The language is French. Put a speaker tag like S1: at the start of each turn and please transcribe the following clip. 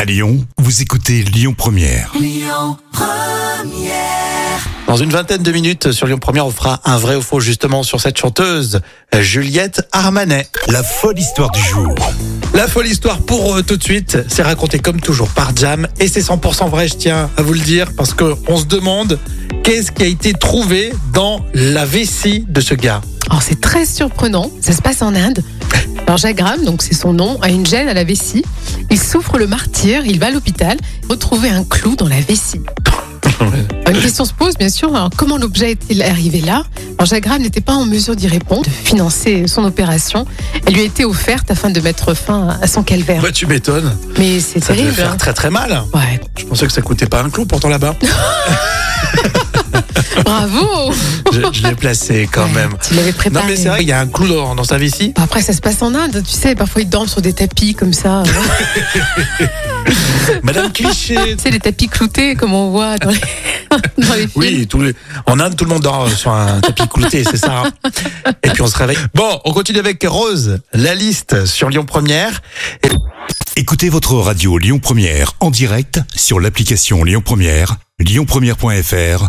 S1: À Lyon, vous écoutez Lyon Première.
S2: Dans une vingtaine de minutes sur Lyon Première, on fera un vrai ou faux justement sur cette chanteuse Juliette Armanet.
S1: La folle histoire du jour.
S2: La folle histoire pour euh, tout de suite, c'est raconté comme toujours par Jam et c'est 100% vrai, je tiens à vous le dire parce que on se demande qu'est-ce qui a été trouvé dans la vessie de ce gars.
S3: Alors c'est très surprenant, ça se passe en Inde. Alors Jagram, donc c'est son nom, a une gêne à la vessie. Il souffre le martyr, il va à l'hôpital, retrouver un clou dans la vessie. Alors, Une question se pose bien sûr, alors, comment l'objet est-il arrivé là Alors Jagram n'était pas en mesure d'y répondre, de financer son opération. Elle lui a été offerte afin de mettre fin à son calvaire.
S2: Bah tu m'étonnes,
S3: Mais c'est
S2: ça devait
S3: terrible.
S2: faire très très mal.
S3: hein. Ouais,
S2: Je pensais que ça coûtait pas un clou pourtant là-bas.
S3: bravo
S2: je je l'ai placé quand
S3: Ouais,
S2: même.
S3: Tu l'avais
S2: Non
S3: préparé.
S2: mais c'est vrai, il y a un clou dans, dans sa vessie.
S3: Après, ça se passe en Inde, tu sais, parfois ils dorment sur des tapis comme ça.
S2: Madame Cliché.
S3: tu sais, les tapis cloutés, comme on voit dans les, dans les films.
S2: Oui, tous les- en Inde, tout le monde dort sur un tapis clouté, c'est ça. hein. Et puis on se réveille. Bon, on continue avec Rose, la liste sur Lyon Première.
S1: Écoutez votre radio Lyon Première en direct sur l'application Lyon Première, lyonpremière.fr